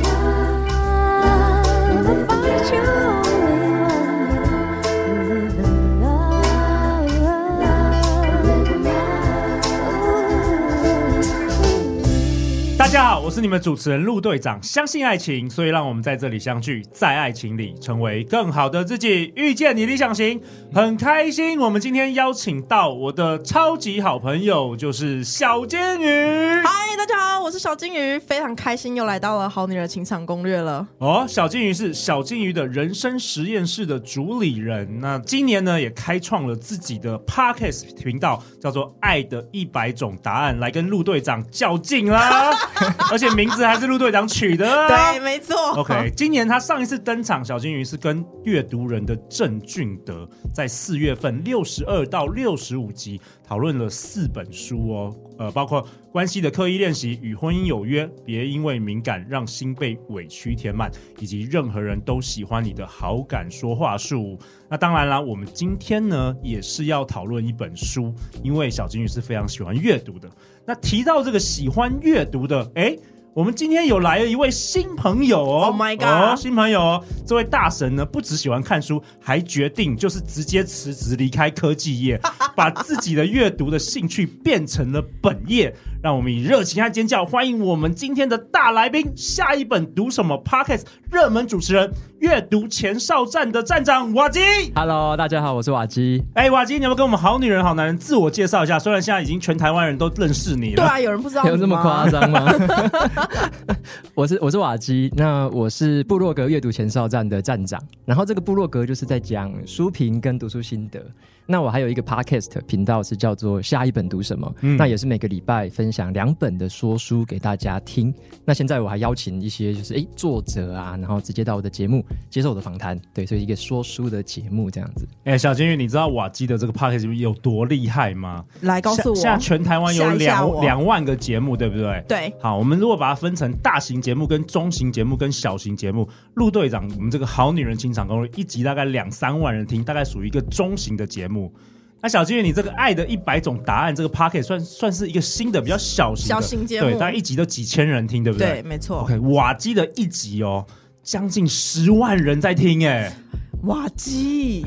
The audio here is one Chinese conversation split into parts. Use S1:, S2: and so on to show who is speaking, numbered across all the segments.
S1: Love, find you only one. Live in love, live in love.
S2: 大家好，我是你们主持人陆队长。相信爱情，所以让我们在这里相聚，在爱情里成为更好的自己，遇见你理想型。很开心，我们今天邀请到我的超级好朋友，就是小金鱼。
S3: 嗨，大家好，我是小金鱼，非常开心又来到了《好女人情场攻略》了。
S2: 哦，小金鱼是小金鱼的人生实验室的主理人。那今年呢，也开创了自己的 podcast 频道，叫做《爱的一百种答案》，来跟陆队长较劲啦。而且名字还是陆队长取的啊、
S3: 对，没错。
S2: OK，今年他上一次登场，小金鱼是跟阅读人的郑俊德在四月份六十二到六十五集讨论了四本书哦，呃，包括关系的刻意练习与婚姻有约，别因为敏感让心被委屈填满，以及任何人都喜欢你的好感说话术。那当然啦，我们今天呢也是要讨论一本书，因为小金鱼是非常喜欢阅读的。那提到这个喜欢阅读的，诶，我们今天有来了一位新朋友哦
S3: Oh my god
S2: 哦新朋友哦，这位大神呢不只喜欢看书，还决定就是直接辞职离开科技 业，把自己的阅读的兴趣变成了本业。让我们以热情和尖叫欢迎我们今天的大来宾，下一本读什么 Podcast 热门主持人、阅读前哨站的站长瓦基。
S4: Hello，大家好，我是瓦基。
S2: 哎、瓦基，你要不要跟我们好女人、好男人自我介绍一下？虽然现在已经全台湾人都认识你
S3: 对
S2: 了，
S3: 啊，有人不知道
S4: 有这么
S3: 你吗
S4: 夸？张吗？ 我是我是瓦基，那我是部落格阅读前哨站的站长。然后这个部落格就是在讲书评跟读书心得。那我还有一个 podcast 频道是叫做下一本读什么，那也是每个礼拜分享两本的说书给大家听。那现在我还邀请一些就是诶作者啊，然后直接到我的节目接受我的访谈，对，所以一个说书的节目这样子。
S2: 哎、小金鱼，你知道瓦基的这个 Podcast 有多厉害吗？
S3: 来告诉
S2: 现现在
S3: 我，
S2: 全台湾有
S3: 吓一吓
S2: 两
S3: 我
S2: 两万个节目，对不对？
S3: 对，
S2: 好，我们如果把它分成大型节目、跟中型节目、跟小型节目，陆队长，我们这个好女人情场攻略一集大概两三万人听，大概属于一个中型的节目。那小金鱼，你这个《爱的一百种答案》这个 p o c k e t 算算是一个新的比较小型的
S3: 小型节目
S2: 对，大概一集都几千人听，对不对？
S3: 对，没错。
S2: OK，瓦基的一集哦，将近十万人在听哎。
S3: 瓦基，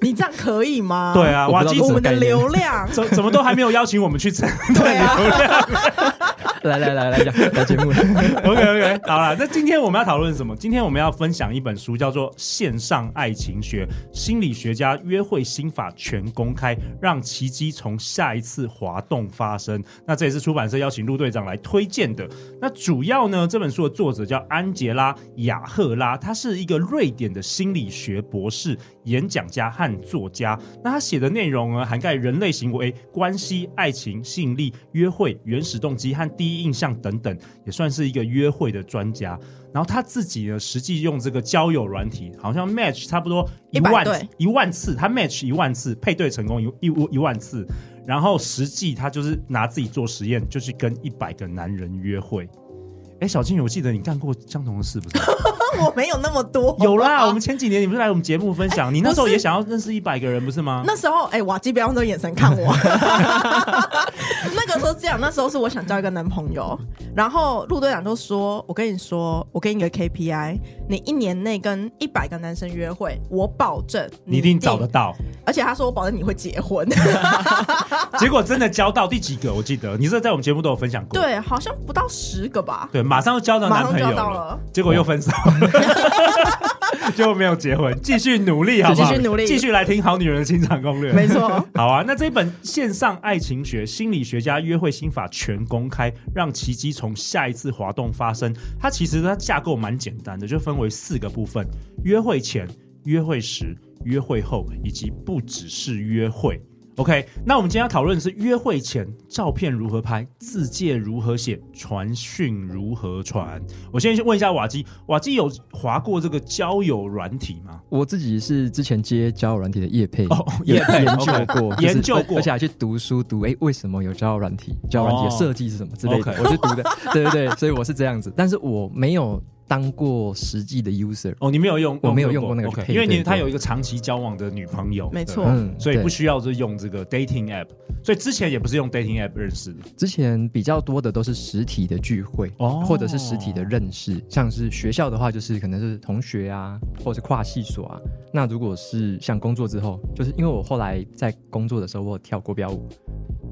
S3: 你这样可以吗？
S2: 对啊，
S4: 我不
S2: 瓦
S4: 知道
S2: 基
S4: 怎
S3: 我
S2: 怎，
S4: 么
S3: 们的流量
S2: 怎怎么都还没有邀请我们去参
S3: 对啊，
S4: 来来来来讲来节目。
S2: OK OK，好了，那今天我们要讨论什么？今天我们要分享一本书，叫做《线上爱情学：心理学家约会心法全公开，让奇迹从下一次滑动发生》。那这也是出版社邀请陆队长来推荐的。那主要呢，这本书的作者叫安杰拉·雅赫拉，她是一个瑞典的心理学博士、演讲家和作家。那她写的内容呢，涵盖人类行为、关系、爱情、吸引力、约会、原始动机和第一印象等等，也算是一个约会的专家。然后她自己呢，实际用这个交友软体，好像 match 差不多一
S3: 100
S2: 万
S3: 对
S2: 一万次，她 match 一万次，配对成功一一一万次。然后实际她就是拿自己做实验，就去跟一百个男人约会。哎，小金鱼，我记得你干过相同的事， 不是？
S3: 我没有那么多。
S2: 有啦， 我们前几年你不是来我们节目分享，你那时候
S3: 不是
S2: 也想要认识一百个人，不是吗？
S3: 那时候，哎、瓦基不要用这个眼神看我。 那个时候这样，那时候是我想交一个男朋友，然后陆队长就说：“我跟你说，我给你个 KPI，你一年内跟一百个男生约会，我保证
S2: 你一定找得到。
S3: 而且他说我保证你会 结婚。
S2: 结果真的交到第几个？我记得你这在我们节目都有分享过。
S3: 对，好像不到十个吧。
S2: 对，马上就交到男朋友
S3: 马上交到了
S2: 结果又分手， 就没有 结婚。继续努力，好不好？
S3: 继续努力
S2: 继续来听《好女人的情场攻略》。
S3: 没 错，
S2: 好啊，那这本《线上爱情学：心理学家约会心法》全公开，让奇迹从下一次滑动发生。它其实它架构蛮简单的，就分为四个部分：约会前、约会时、约会后，以及不只是约会。OK，那我们今天要讨论的是约会前照片如何拍，字界如何写，传讯如何传。我先问一下瓦基，瓦基有划过这个交友软体吗？
S4: 我自己是之前接交友软体的业配，
S2: 哦
S4: 有
S2: 业配
S4: 研究
S2: OK
S4: 过，
S2: 研究过
S4: 而且还去读书读，哎、为什么有交友软体？交友软体
S2: 哦
S4: 的设计是什么之类的，
S2: OK
S4: 我去读的，对对对，所以我是这样子，但是我没有当过实际的 user，
S2: 哦，你没有用，
S4: 我没有用过那个
S2: OK，
S4: 配对
S2: 因为你
S4: 对
S2: 他有一个长期交往的女朋友，
S3: 没
S2: 对
S3: 错
S4: 嗯
S2: 所以不
S4: 对
S2: 需要就用这个 dating app，所以之前也不是用 dating app 认识的。
S4: 之前比较多的都是实体的聚会，
S2: 哦
S4: 或者是实体的认识，像是学校的话，就是可能是同学啊，或是跨系所啊。那如果是像工作之后，就是因为我后来在工作的时候，我有跳国标舞，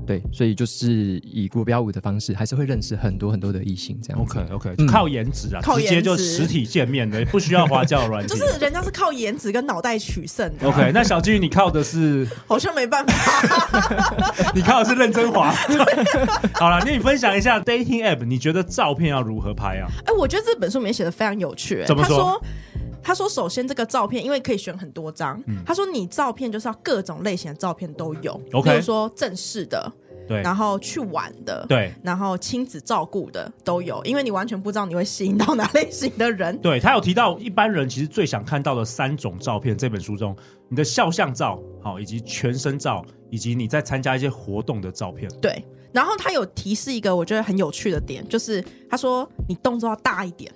S4: 对，所以就是以国标舞的方式，还是会认识很多很多的异性这样子。
S2: OK OK，、
S4: 嗯
S2: 靠颜值啊，
S3: 靠
S2: 直接就
S3: 颜值
S2: 实体见面的，也不需要花椒软
S3: 就
S2: 体。
S3: 是人家是靠颜值跟脑袋取胜的，
S2: OK，那小金鱼你靠的 是
S3: 好像没办法。
S2: 你靠的是认真滑。 好了，那你分享一下 dating app，你觉得照片要如何拍啊？
S3: 哎，我觉得这本书里面写的非常有趣、哎
S2: 怎么
S3: 他
S2: 说
S3: 说他说，首先这个照片，因为可以选很多张。
S2: 嗯
S3: 他说，你照片就是要各种类型的照片都有
S2: OK
S3: 比如说正式的，
S2: 对
S3: 然后去玩的，
S2: 对
S3: 然后亲子照顾的都有，因为你完全不知道你会吸引到哪类型的人。
S2: 对，他有提到一般人其实最想看到的三种照片，这本书中你的肖像照，好，以及全身照，以及你在参加一些活动的照片。
S3: 对，然后他有提示一个我觉得很有趣的点，就是他说你动作要大一点，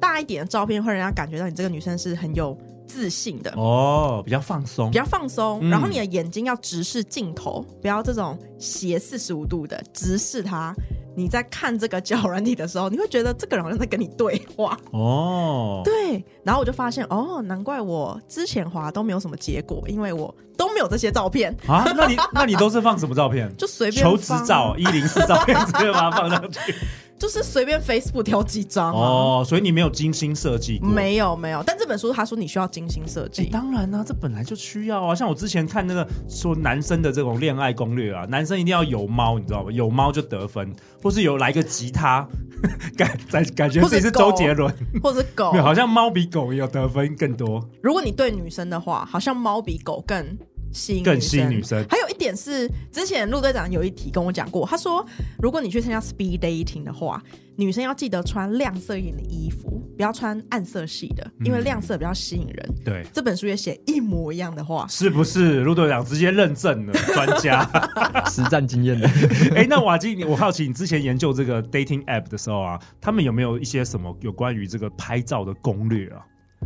S3: 大一点的照片会让人家感觉到你这个女生是很有自信的，
S2: 哦，比较放松
S3: 比。较放松，
S2: 嗯
S3: 然后你的眼睛要直视镜头，不要这种斜四十五度的直视它。你在看这个交友软体的时候，你会觉得这个人好像在跟你对话，
S2: 哦，
S3: 对。然后我就发现，哦，难怪我之前滑都没有什么结果，因为我都没有这些照片，
S2: 啊，那你那你都是放什么照片？
S3: 就随便
S2: 求职
S3: 放啊
S2: 照一零四照片直接把它放上去。
S3: 就是随便 Facebook 挑几 张、啊、
S2: 哦，所以你没有精心设计过。
S3: 没有没有，但这本书他说你需要精心设
S2: 诶
S3: 计，
S2: 哎当然啦、啊这本来就需要啊。像我之前看那个说男生的这种恋爱攻略啊，男生一定要有猫，你知道吗？有猫就得分，或是有来个吉他， 感感感觉自己是周杰伦，
S3: 或者是狗
S2: 没。 有，好像猫比狗有得分更多，
S3: 如果你对女生的话，好像猫比狗更吸引，
S2: 更吸引女。生。
S3: 还有一点是，之前陆队长有一题跟我讲过，他说如果你去参加 speed dating 的话，女生要记得穿亮色一点的衣服，不要穿暗色系的，因为亮色比较吸引人。
S2: 对，
S3: 这本书也写一模一样的话，
S2: 是不是陆队长直接认证 了专家？
S4: 实战经验的，
S2: 哎、那瓦基，你我好奇，你之前研究这个 dating app 的时候啊，他们有没有一些什么有关于这个拍照的攻略啊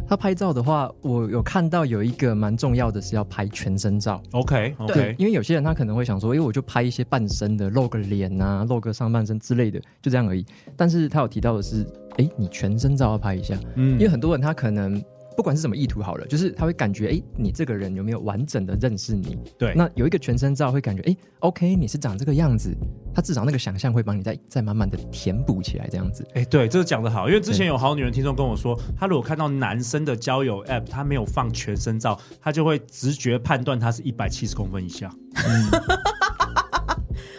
S4: 他拍照的话，我有看到有一个蛮重要的是要拍全身照。
S2: ？OK
S4: 对
S2: OK，，
S4: 因为有些人他可能会想说，哎、我就拍一些半身的，露个脸啊，露个上半身之类的，就这样而已。但是他有提到的是，哎、你全身照要拍一下，
S2: 嗯
S4: 因为很多人他可能不管是什么意图好了，就是他会感觉，哎、你这个人有没有完整的认识你？
S2: 对
S4: 那有一个全身照会感觉，哎、o k 你是长这个样子，他至少那个想象会帮你再再慢慢的填补起来，这样子。
S2: 哎、对，这个讲的好，因为之前有好女人听众跟我说，她如果看到男生的交友 App，他没有放全身照，她就会直觉判断他是一百七十公分以下。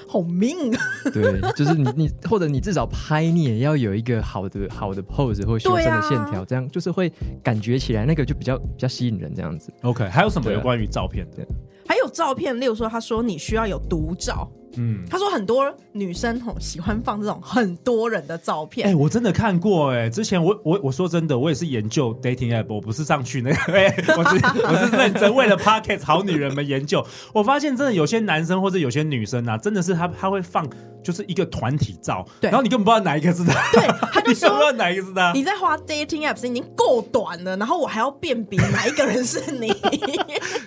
S3: 好命啊！
S4: 对，就是你你或者你至少拍，你也要有一个好的好的 pose 或修身的线条，这样就是会感觉起来那个就比较比较吸引人这样子。
S2: OK，还有什么
S4: 对啊
S2: 有关于照片的？
S3: 还有照片，例如说，他说你需要有独照，
S2: 嗯，
S3: 他说很多女生吼喜欢放这种很多人的照片
S2: 哎、，我真的看过哎、之前我我我说真的，我也是研究 dating app，我不是上去那个， 哎、我是我是认真为了 pocket 好女人们研究。我发现真的有些男生或者有些女生啊，真的是他他会放就是一个团体照，
S3: 对
S2: 然后你根本不知道哪一个是他，
S3: 对，他就
S2: 你根本不知道
S3: 说
S2: 哪一个是他。
S3: 你在花 dating app 已经够短了，然后我还要辨别哪一个人是 你。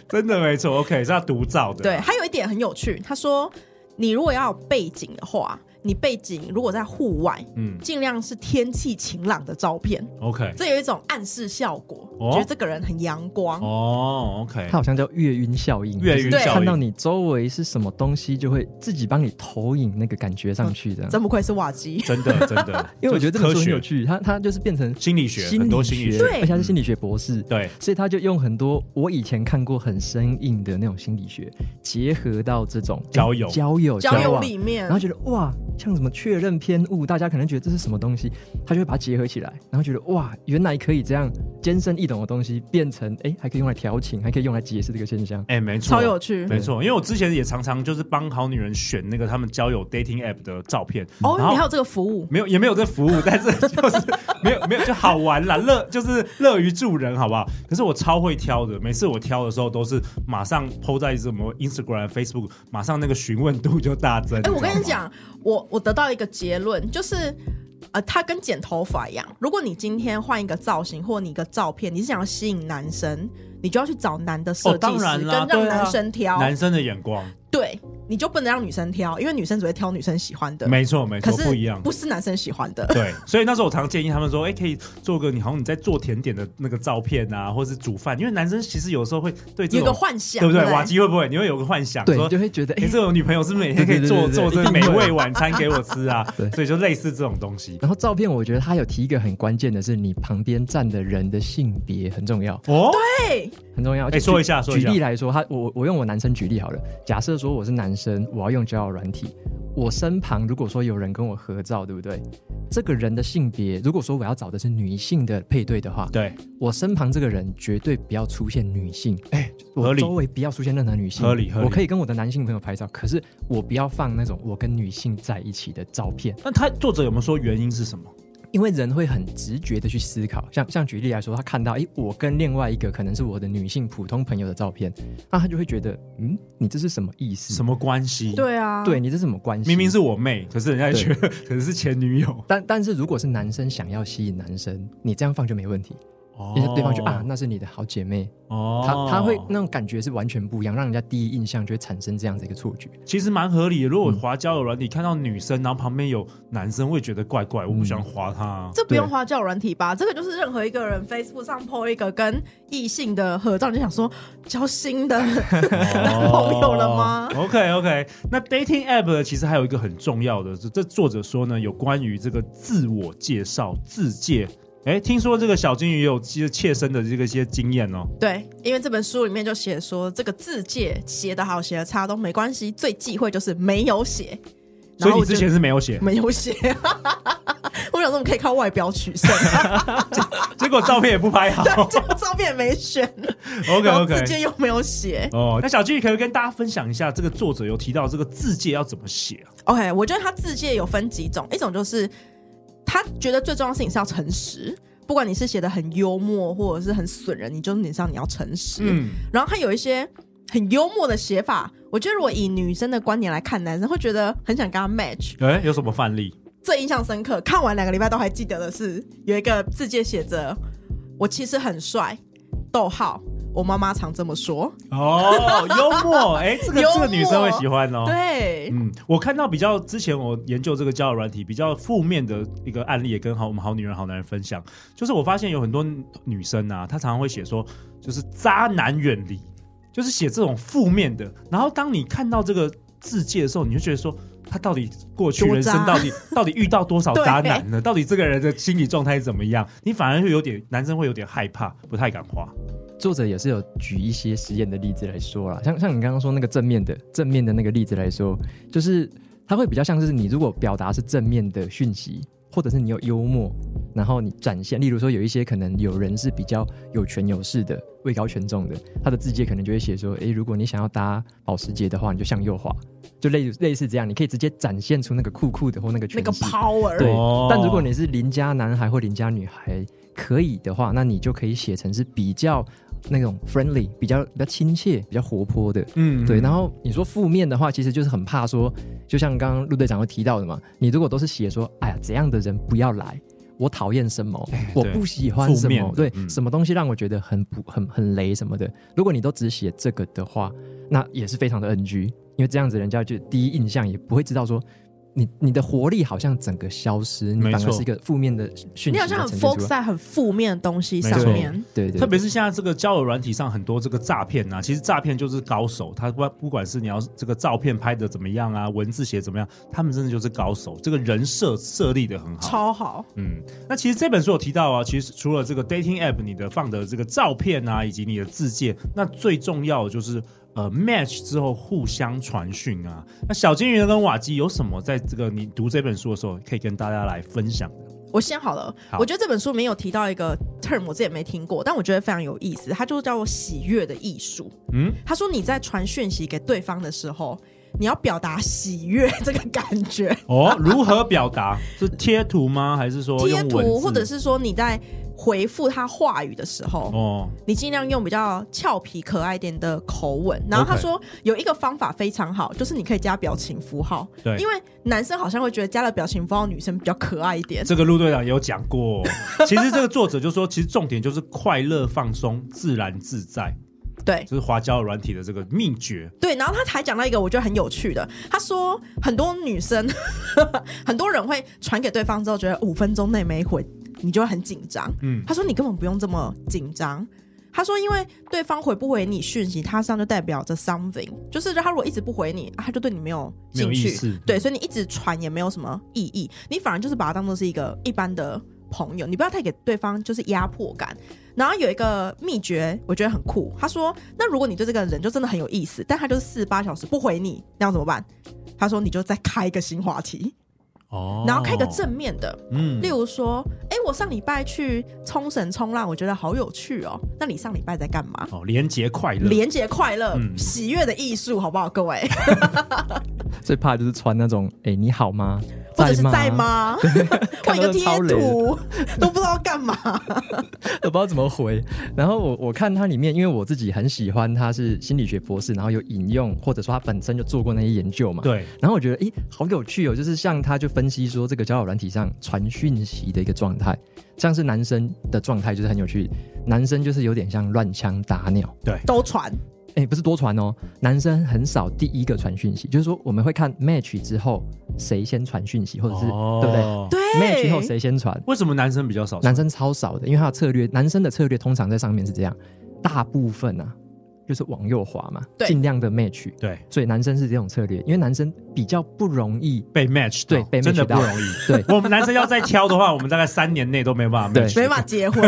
S2: 真的没错，OK，是他独照的。
S3: 对，还有一点很有趣，他说你如果要有背景的话，你背景如果在户外，
S2: 嗯
S3: 尽量是天气晴朗的照片，
S2: ，OK，
S3: 这有一种暗示效果，
S2: 哦
S3: 觉得这个人很阳光。
S2: 哦，OK，
S4: 它好像叫月晕效应，
S2: 月
S4: 就是
S2: 晕
S3: 对
S2: 效
S4: 看到
S2: 应。
S4: 你周围是什么东西，就会自己帮你投影那个感觉上去的。
S3: 真不愧是瓦基，
S2: 真的真的，
S4: 因为我觉
S2: 这
S4: 得这
S2: 是科
S4: 个书很有
S2: 学、
S4: 趣，它它就是变成
S2: 心理学很多心理学，嗯
S3: 对
S4: 而且它是心理学博士。
S2: 对
S4: 所以他就用很多我以前看过很生硬的那种心理学，结合到这种
S2: 交友
S4: 哎交友、
S2: 啊
S3: 交友
S4: 往
S3: 里面
S4: 然后觉得哇，像什么确认偏误，大家可能觉得这是什么东西，他就会把它结合起来，然后觉得哇，原来可以这样艰深易懂的东西变成哎，还可以用来调情，还可以用来解释这个现象。
S2: 哎、没错，
S3: 超有趣。
S2: 没错，因为我之前也常常就是帮好女人选那个他们交友 dating app 的照片，
S3: 哦，
S2: 然
S3: 你还有
S2: 后
S3: 这个服务，
S2: 没有也没有这服务， 但是就是没有没有就好玩啦，乐就是乐于助人，好不好？可是我超会挑的，每次我挑的时候都是马上 PO 在什么 Instagram、Facebook，马上那个询问度就大增。
S3: 哎、我跟
S2: 知
S3: 你
S2: 道吗，
S3: 讲，我我得到一个结论，就是呃，它跟剪头发一样，如果你今天换一个造型或你一个照片，你是想要吸引男生，你就要去找男的设
S2: 哦，
S3: 计
S2: 当
S3: 师、
S2: 然啦，
S3: 跟
S2: 对
S3: 让
S2: 啊
S3: 男生挑，
S2: 男生的眼光，
S3: 对，你就不能让女生挑，因为女生只会挑女生喜欢的，
S2: 没错没
S3: 可
S2: 错，
S3: 是
S2: 不一样。
S3: 不是男生喜欢的。
S2: 对，所以那时候我常建议他们说，哎、可以做个你好像你在做甜点的那个照片啊，或是煮饭，因为男生其实有时候会对这
S3: 有个
S2: 种，
S3: 幻想，
S2: 对不对？
S3: 对？
S2: 瓦基会不会你会有个幻想，
S4: 对，
S2: 说
S4: 你就会觉得
S2: 你、
S4: 哎。
S2: 这种女朋友是不是每天可以
S4: 对对对
S2: 做
S4: 对
S2: 做
S4: 对
S2: 这
S4: 一定
S2: 美
S4: 会
S2: 味晚餐给我吃啊？
S4: 对
S2: 所以就类似这种东西。
S4: 然后照片，我觉得它有提一个很关键的是，你旁边站的人的性别很重要，
S2: 哦，
S3: 对，
S4: 很重要。
S2: 哎
S4: 就
S2: 说
S4: 举
S2: 一下说一
S4: 举
S2: 下
S4: 例来说，他我我用我男生举例好了。假设说我是男生，我要用交友软体，我身旁如果说有人跟我合照，对不对？这个人的性别，如果说我要找的是女性的配对的话，
S2: 对，
S4: 我身旁这个人绝对不要出现女性，
S2: 哎、合
S4: 我
S2: 理
S4: 周围不要出现任何女性。
S2: 合理合理
S4: 我可以跟我的男性朋友拍照，可是我不要放那种我跟女性在一起的照片。
S2: 那他作者有没有说原因是什么？
S4: 因为人会很直觉的去思考，像像举例来说，他看到诶，我跟另外一个可能是我的女性普通朋友的照片，那他就会觉得，嗯，你这是什么意思？
S2: 什
S4: 么？
S2: 么关系？，
S3: 对啊，
S4: 对，你这是什么关系？
S2: 明明是我妹，可是人家觉得可能是前女友，
S4: 但但是如果是男生想要吸引男生，你这样放就没问题，
S2: 哦
S4: 因为对方就啊，那是你的好姐妹，
S2: 哦
S4: 她她会那种感觉是完全不一样，让人家第一印象就会产生这样子一个错觉。
S2: 其实蛮合理的。如果我滑交友软体看到女生，然后旁边有男生，会觉得怪怪，我不喜欢滑她、
S3: 这不用
S4: 对
S3: 花交友软体吧？这个就是任何一个人 Facebook 上 po 一个跟异性的合照，你就想说交新的，
S2: 男
S3: 朋友了吗
S2: ？OK OK，那 dating app 呢其实还有一个很重要的，这这作者说呢，有关于这个自我介绍、自介。哎，听说这个小金鱼有其实切身的这个一些经验哦。
S3: 对，因为这本书里面就写说，这个字界写的好写的差都没关系，最忌讳就是没有写。
S2: 所
S3: 然
S2: 以
S3: 后
S2: 你
S3: 我
S2: 之
S3: 就
S2: 前是没有写，
S3: 没有写， 我想说我们可以靠外表取胜，
S2: 结果照片也不拍好。
S3: 这个照片也没选
S2: OK
S3: 然后字
S2: OK。
S3: 界又没有写。
S2: 哦，那小金鱼可不可以跟大家分享一下，这个作者有提到这个自介要怎么写啊？
S3: OK，我觉得他自介有分几种，一种就是他觉得最重要的事情是要诚实，不管你是写的很幽默或者是很损人，你就是脸上你要诚实。
S2: 嗯，
S3: 然后他有一些很幽默的写法，我觉得如果以女生的观点来看，男生会觉得很想跟他 match。
S2: 哎，有什么范例？
S3: 最印象深刻，看完两个礼拜都还记得的是，有一个字界写着“我其实很帅”，逗号，我妈妈常这么说。
S2: 哦，幽默，哎，这个
S3: 幽
S2: 这
S3: 默
S2: 个女生会喜欢哦。
S3: 对，
S2: 嗯，我看到比较之前我研究这个交友软体比较负面的一个案例，也跟好我们好女人好男人分享，就是我发现有很多女生啊，她常常会写说，就是渣男远离，就是写这种负面的。然后当你看到这个字界的时候，你就觉得说。她到底过去
S3: 多
S2: 人生
S3: 渣
S2: 到底 到底遇到多少渣
S3: 对
S2: 男呢？到底这个人的心理状态是怎么样？你反而会有点男生会有点害怕，不太敢花。
S4: 作者也是有举一些实验的例子来说啦，像像你刚刚说那个正面的正面的那个例子来说，就是它会比较像是你如果表达是正面的讯息，或者是你有幽默，然后你展现，例如说有一些可能有人是比较有权有势的，位高权重的，他的字界可能就会写说，诶，如果你想要搭保时捷的话，你就向右滑，就类类似这样，你可以直接展现出那个酷酷的或那
S3: 那
S4: 个权
S3: 个
S4: 势
S3: power，
S4: 对，
S2: 哦
S4: 但如果你是邻家男孩或邻家女孩，可以的话，那你就可以写成是比较那种 friendly、比较比较亲切、比较活泼的。
S2: 嗯
S4: 对，然后你说负面的话，其实就是很怕说，就像刚刚陆队长有提到的嘛，你如果都是写说，哎呀，怎样的人不要来，我讨厌什么，我不喜欢
S2: 哎负
S4: 什
S2: 面
S4: 么
S2: 的，
S4: 对，
S2: 嗯
S4: 什么东西让我觉得很不很很雷什么的。如果你都只写这个的话，那也是非常的 NG，因为这样子人家就第一印象也不会知道说。你你的活力好像整个消失，你
S2: 没
S4: 反而
S2: 错
S4: 是一个负面的讯息。
S3: 你好像很 focus 在很负面的东西上
S2: 没错
S3: 面。
S4: 对对对，
S2: 特别是现在这个交友软体上很多这个诈骗啊，其实诈骗就是高手，他不不管是你要这个照片拍的怎么样啊，文字写怎么样，他们真的就是高手，这个人设设立的很好。
S3: 超好，
S2: 嗯，那其实这本书有提到啊，其实除了这个 dating app 你的放的这个照片啊，以及你的字界，那最重要的就是呃 match 之后互相传讯啊。那小金鱼跟瓦基有什么在这个你读这本书的时候可以跟大家来分享的？
S3: 我先好了。
S2: 好
S3: 我觉得这本书没有提到一个 term，我自己也没听过，但我觉得非常有意思。它就叫做喜悦的艺术。
S2: 嗯
S3: 他说你在传讯息给对方的时候，你要表达喜悦这个感觉，
S2: 哦，如何表达？是贴图吗？还是说
S3: 贴
S2: 用文
S3: 图
S2: 字
S3: 或者是说你在回复他话语的时候，
S2: 哦，
S3: 你尽量用比较俏皮可爱一点的口吻。然后他
S2: OK
S3: 说有一个方法非常好，就是你可以加表情符号，
S2: 对
S3: 因为男生好像会觉得加了表情符号女生比较可爱一点。
S2: 这个陆队长也有讲 过、其实这个作者就说，其实重点就是快乐、放松、自然自在，
S3: 对
S2: 这是花椒软体的这个秘诀。
S3: 对，然后他还讲到一个我觉得很有趣的，他说很多女生，很多人会传给对方之后，觉得五分钟内没回，你就会很紧张。
S2: 嗯，
S3: 他说你根本不用这么紧张。他说，因为对方回不回你讯息，他实际上就代表着 something，就是他如果一直不回你，啊他就对你没有
S2: 没有
S3: 兴
S2: 意
S3: 趣，
S2: 思
S3: 对，所以你一直传也没有什么意义，你反而就是把它当做是一个一般的朋友，你不要太给对方就是压迫感。然后有一个秘诀，我觉得很酷。他说，那如果你对这个人就真的很有意思，但他就是四十八小时不回你，那要怎么办？他说，你就再开一个新话题，
S2: 哦
S3: 然后开一个，正面的，
S2: 嗯
S3: 例如说，哎、我上礼拜去冲绳冲浪，我觉得好有趣哦。那你上礼拜在干嘛？
S2: 哦，廉洁快乐，
S3: 廉洁快乐，
S2: 嗯
S3: 喜悦的艺术，好不好，各位？
S4: 最怕就是传那种哎、你好吗，
S3: 或者是在？吗？换一个贴
S4: 看到都
S3: 图，都不知道干嘛。
S4: 我不知道怎么回。然后我我看它里面，因为我自己很喜欢，他是心理学博士，然后有引用或者说他本身就做过那些研究嘛。。
S2: 对，
S4: 然后我觉得，诶，好有趣哦！就是像他就分析说，这个交友软体上传讯息的一个状态，像是男生的状态就是很有趣，男生就是有点像乱枪打鸟，
S3: 都传，
S4: 诶，不是多传哦，男生很少第一个传讯息，就是说我们会看 match 之后谁先传讯息，或者是、对不对
S2: 哦
S3: 对
S4: ？match 后谁先传？
S2: 为什么男生比较少？
S4: 男生超少的，因为他的策略，男生的策略通常在上面是这样，大部分啊就是往右滑嘛，
S3: 对
S4: 尽量的 match，
S2: 对
S4: 所以男生是这种策略，因为男生比较不容易。
S2: 被 match 到
S4: 对被
S2: 真的
S4: match
S2: 不
S4: 到
S2: 容易。
S4: 对，
S2: 我们男生要再挑的话，我们大概三年内都没办法
S4: 对
S2: match，
S3: 没办法结婚，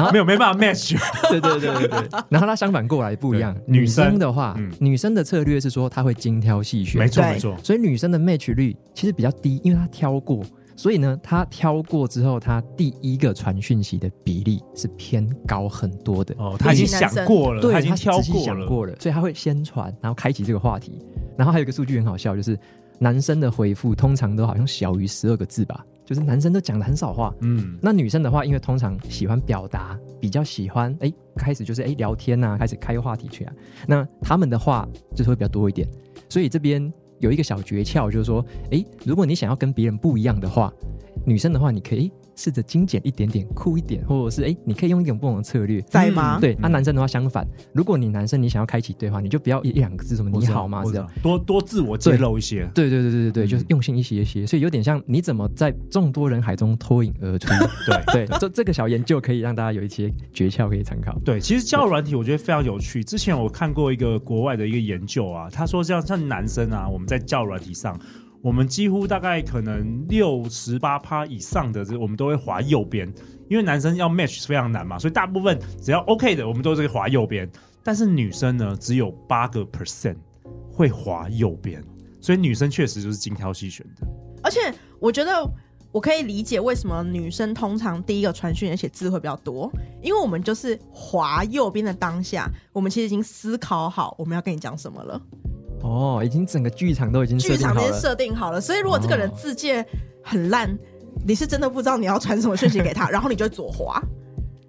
S4: 后
S2: 没有没办法 match。
S4: 对对对对对。然后它相反过来不一样，
S2: 对
S4: 女
S2: 女生
S4: 生的话，
S2: 嗯
S4: 女生的策略是说她会精挑细选，
S2: 没错
S3: 对
S2: 没错，
S4: 所以女生的 match 率其实比较低，因为她挑过，所以呢，她挑过之后，她第一个传讯息的比例是偏高很多的。
S2: 哦，他已经
S3: 比起男
S2: 想
S3: 生
S2: 过了，
S4: 对，
S2: 已经挑
S4: 仔细
S2: 过
S4: 想
S2: 了，
S4: 过了，所以她会先传，然后开启这个话题。然后还有一个数据很好笑，就是男生的回复通常都好像小于十二个字吧，就是男生都讲的很少话，
S2: 嗯，
S4: 那女生的话，因为通常喜欢表达，比较喜欢哎，开始就是哎聊天呐、开始开话题起来。那他们的话就是会比较多一点，所以这边有一个小诀窍，就是说，哎，如果你想要跟别人不一样的话，女生的话，你可以诶哎试着精简一点点，酷一点，或者是哎，你可以用一点不同的策略。
S3: 在吗？
S4: 对，
S2: 嗯
S4: 那、啊男生的话相反，如果你男生你想要开启对话，你就不要一一两个字什么
S2: 我
S4: 你
S2: 知道
S4: 好吗
S2: 我
S4: 这
S2: 知
S4: 样
S2: 道，多多自我揭
S4: 对
S2: 露一些。
S4: 对对对对对对，就是
S2: 嗯
S4: 用心一些一些，所以有点像你怎么在众多人海中脱颖而出。 对对，这这个小研究可以让大家有一些诀窍可以参考。
S2: 对，其实交友软体我觉得非常有趣。之前我看过一个国外的一个研究啊，他说这样像男生啊，我们在交友软体上，我们几乎大概可能六十八趴以上的，这我们都会滑右边，因为男生要 match 是非常难嘛，所以大部分只要 OK 的，我们都是滑右边。但是女生呢，只有八个 percent 会滑右边，所以女生确实就是精挑细选的。
S3: 而且我觉得我可以理解为什么女生通常第一个传讯而且字会比较多，因为我们就是滑右边的当下，我们其实已经思考好我们要跟你讲什么了，
S4: 哦，已经整个剧场都已经设
S3: 剧
S4: 定
S3: 场
S4: 好
S3: 那些
S4: 了。
S3: 设定好了，所以如果这个人
S4: 哦
S3: 字界很烂，你是真的不知道你要传什么讯息给他，然后你就会左滑。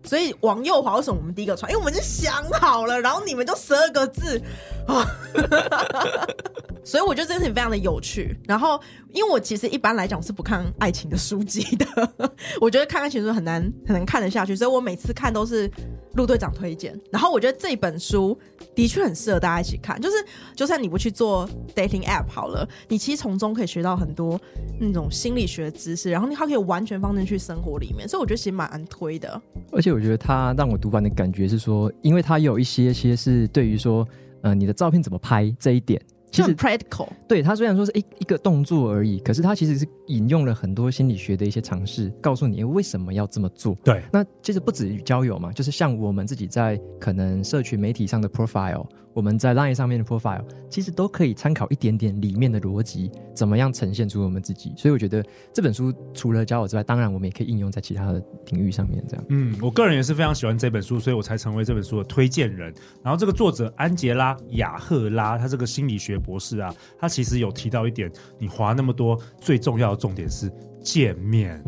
S3: 所以往右滑，为什么我们第一个传？因为我们已经想好了，然后你们就十二个字 啊，所以我觉得这件事情非常的有趣。然后，因为我其实一般来讲我是不看爱情的书籍的， 我觉得看爱情书很难很难看得下去，所以我每次看都是陆队长推荐。然后我觉得这本书的确很适合大家一起看，就是就算你不去做 dating app 好了，你其实从中可以学到很多那种心理学的知识，然后你它可以完全放进去生活里面，所以我觉得其实蛮推的。
S4: 而且我觉得它让我读完的感觉是说，因为它有一些些是对于说，呃，你的照片怎么拍这一点，其
S3: 就很
S4: 实
S3: practical，
S4: 对它虽然说是一一个动作而已，可是它其实是引用了很多心理学的一些尝试，告诉你为什么要这么做。
S2: 对，
S4: 那其实不止于交友嘛，就是像我们自己在可能社群媒体上的 profile，我们在 Line 上面的 profile，其实都可以参考一点点里面的逻辑，怎么样呈现出我们自己。所以我觉得这本书除了教我之外，当然我们也可以应用在其他的领域上面。这样，
S2: 嗯，我个人也是非常喜欢这本书，所以我才成为这本书的推荐人。然后这个作者安杰拉·雅赫拉，她这个心理学博士啊，她其实有提到一点，你划那么多，最重要的重点是见面。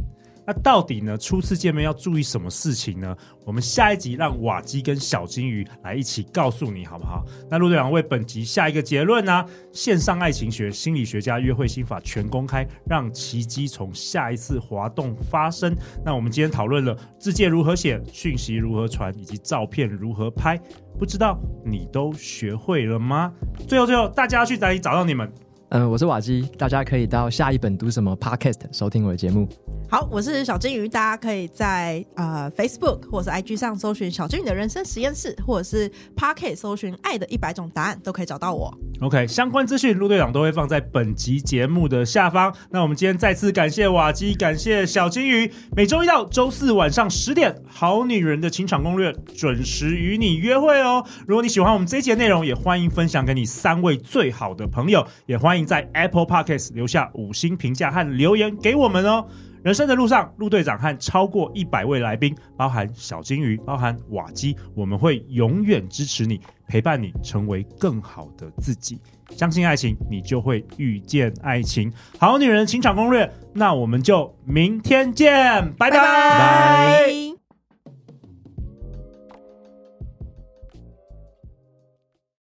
S2: 那到底呢？初次见面要注意什么事情呢？我们下一集让瓦基跟小金鱼来一起告诉你，好不好？那陆队长为本集下一个结论呢、线上爱情学、心理学家约会心法全公开，让奇迹从下一次滑动发生。那我们今天讨论了字界如何写、讯息如何传，以及照片如何拍。不知道你都学会了吗？最后，最后，大家要去哪里找到你们？
S4: 嗯、我是瓦基，大家可以到下一本读什么 Podcast 收听我的节目。
S3: 好，我是小金鱼，大家可以在呃 Facebook 或者是 IG 上搜寻“小金鱼的人生实验室”，或者是 Pocket 搜寻“爱的一百种答案”，都可以找到我。
S2: OK，相关资讯陆队长都会放在本集节目的下方。那我们今天再次感谢瓦基，感谢小金鱼。每周一到周四晚上十点，《好女人的情场攻略》准时与你约会哦。如果你喜欢我们这一节内容，也欢迎分享给你三位最好的朋友，也欢迎在 Apple Podcast 留下五星评价和留言给我们哦。人生的路上，陆队长和超过一百位来宾，包含小金鱼，包含瓦基，我们会永远支持你，陪伴你成为更好的自己。相信爱情，你就会遇见爱情。好女人情场攻略，那我们就明天见，拜拜。
S3: 拜